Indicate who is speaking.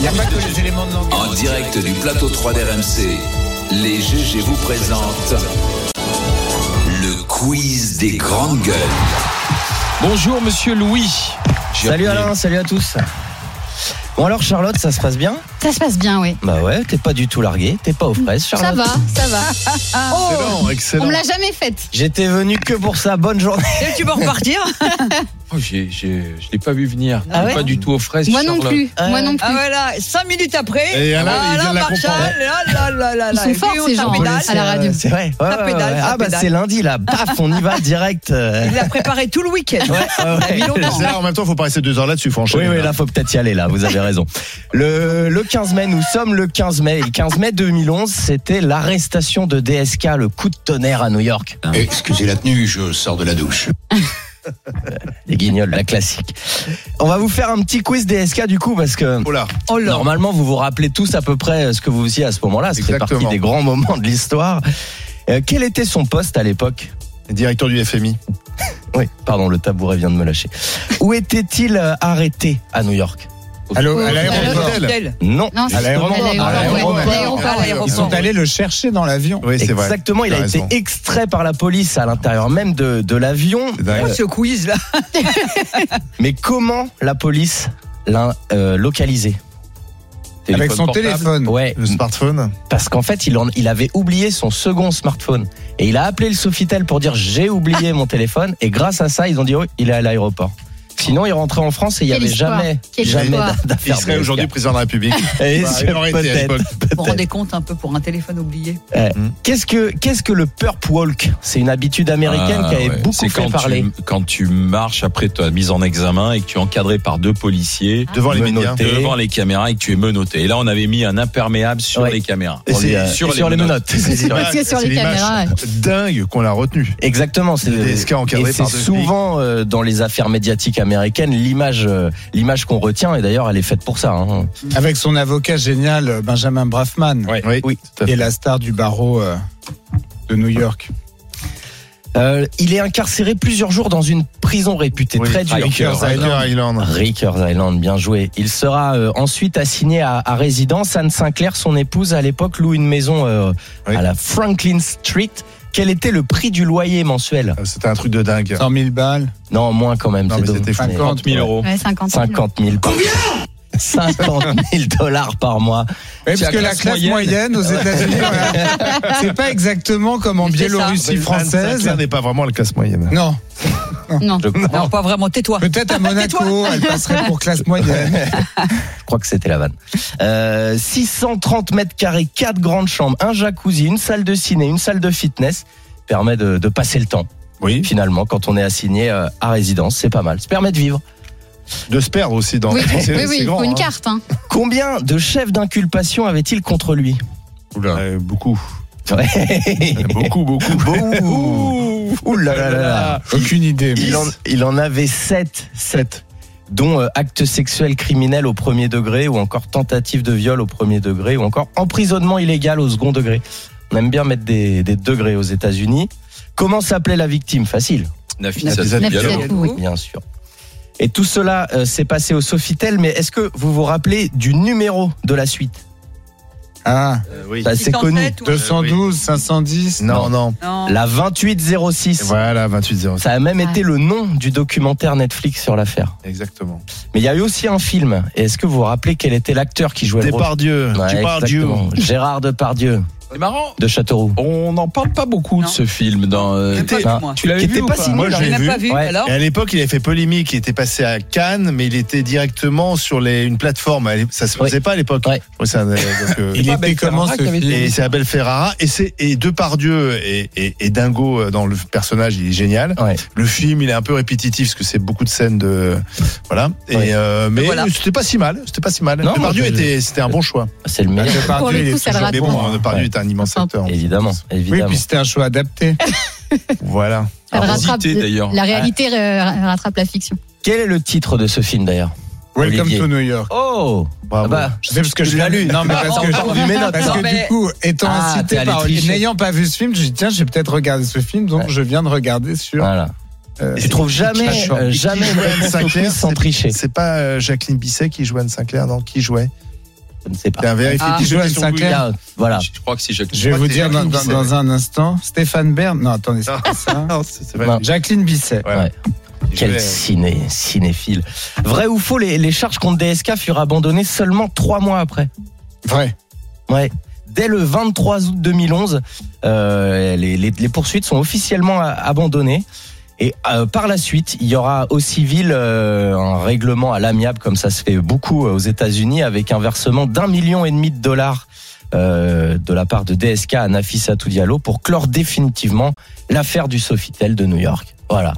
Speaker 1: n'y a pas que les éléments de langage.
Speaker 2: En direct du plateau 3 d'RMC, les GG vous présentent le quiz des grandes gueules.
Speaker 3: Bonjour Monsieur Louis. J'ai
Speaker 4: Salut
Speaker 3: appelé-
Speaker 4: Alain, salut à tous. Bon alors Charlotte, ça se passe bien
Speaker 5: Ça se passe bien, oui.
Speaker 4: Bah ouais, t'es pas du tout largué, t'es pas aux fraises
Speaker 5: Ça
Speaker 4: Charlotte.
Speaker 5: va, ça va.
Speaker 1: Excellent,
Speaker 5: On
Speaker 1: excellent.
Speaker 5: me l'a jamais faite.
Speaker 4: J'étais venu que pour ça, bonne journée.
Speaker 6: Tu peux repartir
Speaker 3: Oh, j'ai- j'ai- je l'ai pas vu venir.
Speaker 6: Ah
Speaker 3: Je suis
Speaker 6: ouais
Speaker 3: Pas du tout aux fraises.
Speaker 5: Moi non
Speaker 3: Charlotte.
Speaker 5: plus.
Speaker 4: Euh,
Speaker 5: Moi non
Speaker 6: Ah
Speaker 5: plus.
Speaker 6: voilà, 5 minutes après,
Speaker 1: Et Alain, il vient de la comprendre. hein.
Speaker 6: Marshall, là, là, là, là,
Speaker 5: Ils
Speaker 6: là,
Speaker 5: sont
Speaker 6: lui,
Speaker 5: forts,
Speaker 6: on
Speaker 5: ces gens.
Speaker 6: tapait
Speaker 5: On
Speaker 6: dalle.
Speaker 5: à la radio.
Speaker 4: C'est vrai. Ouais,
Speaker 6: Ça
Speaker 4: ouais,
Speaker 6: pédale,
Speaker 4: ouais.
Speaker 6: ça
Speaker 4: Ah bah
Speaker 6: pédale.
Speaker 4: c'est lundi là, paf, on y va direct. euh.
Speaker 6: Il a préparé tout le week-end.
Speaker 4: Ouais, ouais, ouais.
Speaker 6: Depuis longtemps.
Speaker 1: Là, en même temps, il faut pas rester deux heures là-dessus, franchement.
Speaker 4: Oui, oui, là, faut peut-être y aller, là, vous avez raison. Le, le 15 mai, nous sommes le 15 mai. Et Le 15 mai 2011, c'était l'arrestation de DSK, le coup de tonnerre à New York.
Speaker 2: Excusez la tenue, je sors de la douche.
Speaker 4: Les guignols, la classique. On va vous faire un petit quiz DSK, du coup, parce que...
Speaker 1: Oh là.
Speaker 6: Oh là.
Speaker 4: Normalement, vous vous rappelez tous à peu près euh, ce que vous faisiez à ce moment-là. C'était
Speaker 1: Exactement.
Speaker 4: partie des grands moments de l'histoire. Euh, quel était son poste à l'époque
Speaker 1: Directeur du FMI.
Speaker 4: Oui, pardon, le tabouret vient de me lâcher. Où était-il euh, arrêté à New York
Speaker 1: Allô,
Speaker 5: à l'aéroport.
Speaker 6: Hôtel.
Speaker 4: Non.
Speaker 5: Non, c'est-
Speaker 1: l'aéroport. Ah
Speaker 5: à
Speaker 4: À
Speaker 5: l'aéroport.
Speaker 4: l'aéroport.
Speaker 5: ouais. L'aéroport.
Speaker 6: À l'aéroport.
Speaker 7: Ils sont allés le chercher dans l'avion.
Speaker 1: Oui, c'est vrai.
Speaker 4: Exactement, il a
Speaker 1: T'as raison.
Speaker 4: été extrait par la police à l'intérieur même de, de l'avion.
Speaker 1: C'est dingue.
Speaker 6: Oh, ce quiz là.
Speaker 4: Mais comment la police l'a euh, localisé
Speaker 7: Avec son
Speaker 3: portable.
Speaker 7: téléphone.
Speaker 4: Ouais,
Speaker 1: Le smartphone.
Speaker 4: parce qu'en fait, il, en- il avait oublié son second smartphone. Et il a appelé le Sofitel pour dire j'ai oublié mon téléphone. Et grâce à ça, ils ont dit oui, il est à l'aéroport. Sinon, il rentrait en France et il n'y
Speaker 5: Quelle
Speaker 4: avait
Speaker 5: histoire.
Speaker 4: jamais,
Speaker 5: Quelle
Speaker 4: jamais
Speaker 5: histoire.
Speaker 4: d'affaires.
Speaker 1: Il serait aujourd'hui président de la République.
Speaker 4: Et
Speaker 1: Bah,
Speaker 4: c'est
Speaker 1: il aurait été à
Speaker 4: peut-être.
Speaker 1: l'époque.
Speaker 6: Vous vous rendez compte un peu pour un téléphone oublié
Speaker 4: Qu'est-ce que qu'est-ce que le perp walk C'est une habitude américaine
Speaker 3: Ah,
Speaker 4: qui avait
Speaker 3: ouais.
Speaker 4: beaucoup
Speaker 3: C'est
Speaker 4: fait
Speaker 3: quand
Speaker 4: parler.
Speaker 3: Tu, quand tu marches après ta mise en examen et que tu es encadré par deux policiers
Speaker 1: Devant les médias.
Speaker 4: Menotté.
Speaker 3: devant les caméras et que tu es menotté. Et là, on avait mis un imperméable sur
Speaker 4: Ouais.
Speaker 3: les caméras.
Speaker 4: Et
Speaker 3: On
Speaker 4: c'est,
Speaker 3: les-
Speaker 4: euh, et sur les menottes. C'est
Speaker 1: C'est
Speaker 4: vrai.
Speaker 5: Parce que sur les
Speaker 1: l'image
Speaker 5: caméras,
Speaker 1: Dingue qu'on l'a retenu.
Speaker 4: Exactement, c'est
Speaker 1: Le DSK encadré
Speaker 4: et c'est
Speaker 1: par deux
Speaker 4: souvent euh, dans les affaires médiatiques américaines l'image euh, l'image qu'on retient et d'ailleurs elle est faite pour ça. hein.
Speaker 7: Avec son avocat génial, euh, Benjamin Braffman,
Speaker 3: Ouais.
Speaker 1: Oui. tout à
Speaker 7: qui est
Speaker 1: fait.
Speaker 7: la star du barreau euh, de New York.
Speaker 4: Euh, il est incarcéré plusieurs jours dans une prison réputée
Speaker 1: Oui,
Speaker 4: très dure.
Speaker 1: Rikers Island. Island.
Speaker 4: Rikers Island, bien joué. Il sera euh, ensuite assigné à, à résidence. Anne Sinclair, son épouse à l'époque, loue une maison euh,
Speaker 1: Oui.
Speaker 4: à la Franklin Street. Quel était le prix du loyer mensuel
Speaker 1: Euh, C'était un truc de dingue.
Speaker 7: 100 000 balles.
Speaker 4: Non, moins quand même.
Speaker 1: Non,
Speaker 4: c'est
Speaker 1: mais
Speaker 4: dommage.
Speaker 1: c'était fou.
Speaker 7: 50
Speaker 3: 1000 euros.
Speaker 5: ouais, 50 000.
Speaker 4: 50 000. Combien 50 000 dollars par mois.
Speaker 7: Ouais,
Speaker 3: C'est
Speaker 7: parce
Speaker 3: la
Speaker 7: que la
Speaker 3: classe
Speaker 7: classe moyenne, aux États-Unis, voilà. c'est pas exactement comme en
Speaker 6: C'est ça.
Speaker 7: Biélorussie
Speaker 1: Anne
Speaker 7: française.
Speaker 1: Sinclair n'est pas vraiment la classe moyenne.
Speaker 7: Non,
Speaker 5: Non.
Speaker 1: Euh,
Speaker 6: Non, pas vraiment. Tais-toi.
Speaker 7: peut-être à Monaco, elle passerait pour classe moyenne.
Speaker 4: Je crois que c'était la vanne. Euh, 630 mètres carrés, quatre grandes chambres, un jacuzzi, une salle de ciné, une salle de fitness permet de, de passer le temps.
Speaker 1: Oui.
Speaker 4: Finalement, quand on est assigné euh, à résidence, c'est pas mal. Ça permet de vivre.
Speaker 1: De se perdre aussi dans.
Speaker 5: Oui,
Speaker 1: c'est-
Speaker 5: oui,
Speaker 1: c'est
Speaker 5: oui, il
Speaker 1: grand,
Speaker 5: faut une
Speaker 1: hein.
Speaker 5: carte. hein.
Speaker 4: Combien de chefs d'inculpation avait-il contre lui
Speaker 1: Oula. Euh, beaucoup.
Speaker 4: Ouais.
Speaker 1: beaucoup, beaucoup.
Speaker 4: Ouh. Ouh là là là là.
Speaker 7: Aucune idée.
Speaker 4: Il en, il en avait 7, 7 dont euh, acte sexuel criminel au premier degré ou encore tentative de viol au premier degré ou encore emprisonnement illégal au second degré. On aime bien mettre des, des degrés aux États-Unis. Comment s'appelait la victime Facile,
Speaker 3: Nafis,
Speaker 1: Nafis,
Speaker 3: ça,
Speaker 1: Nafis,
Speaker 3: c'est
Speaker 5: Nafis,
Speaker 3: bien.
Speaker 5: Nafis. Oui.
Speaker 4: bien sûr. Et tout cela euh, s'est passé au Sofitel, mais est-ce que vous vous rappelez du numéro de la suite
Speaker 7: Ah,
Speaker 1: oui.
Speaker 4: Ça, C'est connu.
Speaker 6: 607 ou-
Speaker 7: 212, 510.
Speaker 1: Non, non.
Speaker 6: Non.
Speaker 4: La 2806.
Speaker 1: Voilà, 28-0.
Speaker 4: Ça a même
Speaker 5: Ah.
Speaker 4: été le nom du documentaire Netflix sur l'affaire.
Speaker 1: Exactement.
Speaker 4: Mais il y a eu aussi un film. Et Est-ce que vous vous rappelez quel était l'acteur
Speaker 1: Bah,
Speaker 4: qui jouait le rôle
Speaker 1: Depardieu.
Speaker 4: Ouais,
Speaker 1: Tu parles Dieu.
Speaker 4: exactement. Gérard Depardieu
Speaker 3: C'est marrant.
Speaker 4: de Châteauroux.
Speaker 3: On n'en parle pas beaucoup de
Speaker 6: Non.
Speaker 3: ce film. Dans, euh,
Speaker 6: Même pas vu,
Speaker 4: non.
Speaker 6: moi.
Speaker 3: tu l'avais
Speaker 4: Qui
Speaker 3: vu
Speaker 4: était
Speaker 3: ou
Speaker 4: pas
Speaker 3: pas
Speaker 4: si
Speaker 1: Moi,
Speaker 4: nul,
Speaker 1: je
Speaker 4: hein.
Speaker 1: l'ai
Speaker 6: Même
Speaker 1: vu.
Speaker 6: pas vu,
Speaker 4: Ouais.
Speaker 6: alors
Speaker 1: Et à l'époque, il avait fait polémique. Il était passé à Cannes, mais il était directement sur les, une plateforme. Elle- Ça se
Speaker 4: Oui.
Speaker 1: faisait pas à l'époque.
Speaker 4: Ouais.
Speaker 1: Oui, c'est un- euh, donc, euh,
Speaker 7: Il
Speaker 4: pas
Speaker 7: était
Speaker 4: Belle
Speaker 7: comment
Speaker 4: Ferrara
Speaker 7: ce
Speaker 4: qui avait
Speaker 7: film
Speaker 1: et c'est Abel Ferrara. Et, c'est- et Depardieu et, et, et Dingo euh, dans le personnage, il est génial.
Speaker 4: Ouais.
Speaker 1: Le film, il est un peu répétitif parce que c'est beaucoup de scènes de. Voilà. Et,
Speaker 4: Ouais.
Speaker 1: euh, mais
Speaker 6: Voilà.
Speaker 1: c'était pas si mal. C'était pas si mal.
Speaker 4: Non,
Speaker 1: Depardieu
Speaker 4: moi, je-
Speaker 1: était, c'était un bon choix.
Speaker 4: C'est le meilleur.
Speaker 7: Depardieu,
Speaker 5: Pour le
Speaker 7: il est
Speaker 5: coup, ça le
Speaker 7: toujours
Speaker 1: Mais
Speaker 5: raconte.
Speaker 7: bon,
Speaker 1: bon,
Speaker 7: hein.
Speaker 1: Depardieu était un immense acteur.
Speaker 4: Évidemment,
Speaker 7: Oui,
Speaker 4: évidemment.
Speaker 7: puis c'était un choix adapté.
Speaker 1: Voilà.
Speaker 5: Ça le rattrape.
Speaker 3: Hésité, d'ailleurs.
Speaker 5: La réalité euh, rattrape la fiction.
Speaker 4: Quel est le titre de ce film d'ailleurs
Speaker 7: Welcome
Speaker 4: Olivier.
Speaker 7: to New York.
Speaker 4: Oh
Speaker 1: Bravo.
Speaker 4: Ah bah,
Speaker 7: Je sais parce que
Speaker 4: Tu
Speaker 7: je
Speaker 4: l'as lu.
Speaker 7: Non, mais parce que,
Speaker 4: J'ai vu mes notes.
Speaker 7: parce
Speaker 6: Non,
Speaker 7: que
Speaker 6: mais-
Speaker 7: du coup, étant
Speaker 4: Ah, t'es
Speaker 7: incité
Speaker 4: allé
Speaker 7: par
Speaker 4: tricher.
Speaker 7: n'ayant pas vu ce film, je dis tiens, je vais peut-être regarder ce film, donc
Speaker 4: Ouais.
Speaker 7: je viens de regarder sur.
Speaker 4: Voilà.
Speaker 7: euh,
Speaker 4: Tu trouves jamais,
Speaker 7: Cachant.
Speaker 4: euh, jamais une réponse au quiz sans tricher.
Speaker 1: C'est pas euh, Jacqueline Bisset qui jouait Anne Sinclair, non Qui jouait
Speaker 4: Je ne sais pas.
Speaker 1: T'as un vérifié
Speaker 6: Ah,
Speaker 1: tes
Speaker 7: Joël
Speaker 1: questions, Louis.
Speaker 7: Sinclair.
Speaker 4: Ah, voilà.
Speaker 3: Je crois que si Jacques.
Speaker 7: Je vais
Speaker 1: crois
Speaker 7: vous
Speaker 1: que c'est
Speaker 7: dire dans,
Speaker 1: Jacqueline
Speaker 7: dans-
Speaker 1: Bisset.
Speaker 7: dans un instant. Stéphane Bern. Non, attendez, c'est pas ça.
Speaker 1: Non, c'est c'est pas
Speaker 4: Non.
Speaker 7: Jacqueline Bisset.
Speaker 1: Voilà.
Speaker 4: Ouais.
Speaker 1: Je
Speaker 4: Quel
Speaker 7: euh,
Speaker 1: vais-
Speaker 4: ciné, cinéphile. Vrai ou faux, les, les charges contre DSK furent abandonnées seulement trois mois après.
Speaker 1: Vrai.
Speaker 4: Ouais. Dès le 23 août 2011, euh, les, les- les poursuites sont officiellement a- abandonnées. Et euh, par la suite, il y aura au civil euh, un règlement à l'amiable, comme ça se fait beaucoup euh, aux États-Unis, avec un versement d'un million et demi de dollars euh, de la part de DSK à Nafissa Diallo pour clore définitivement l'affaire du Sofitel de New York. Voilà.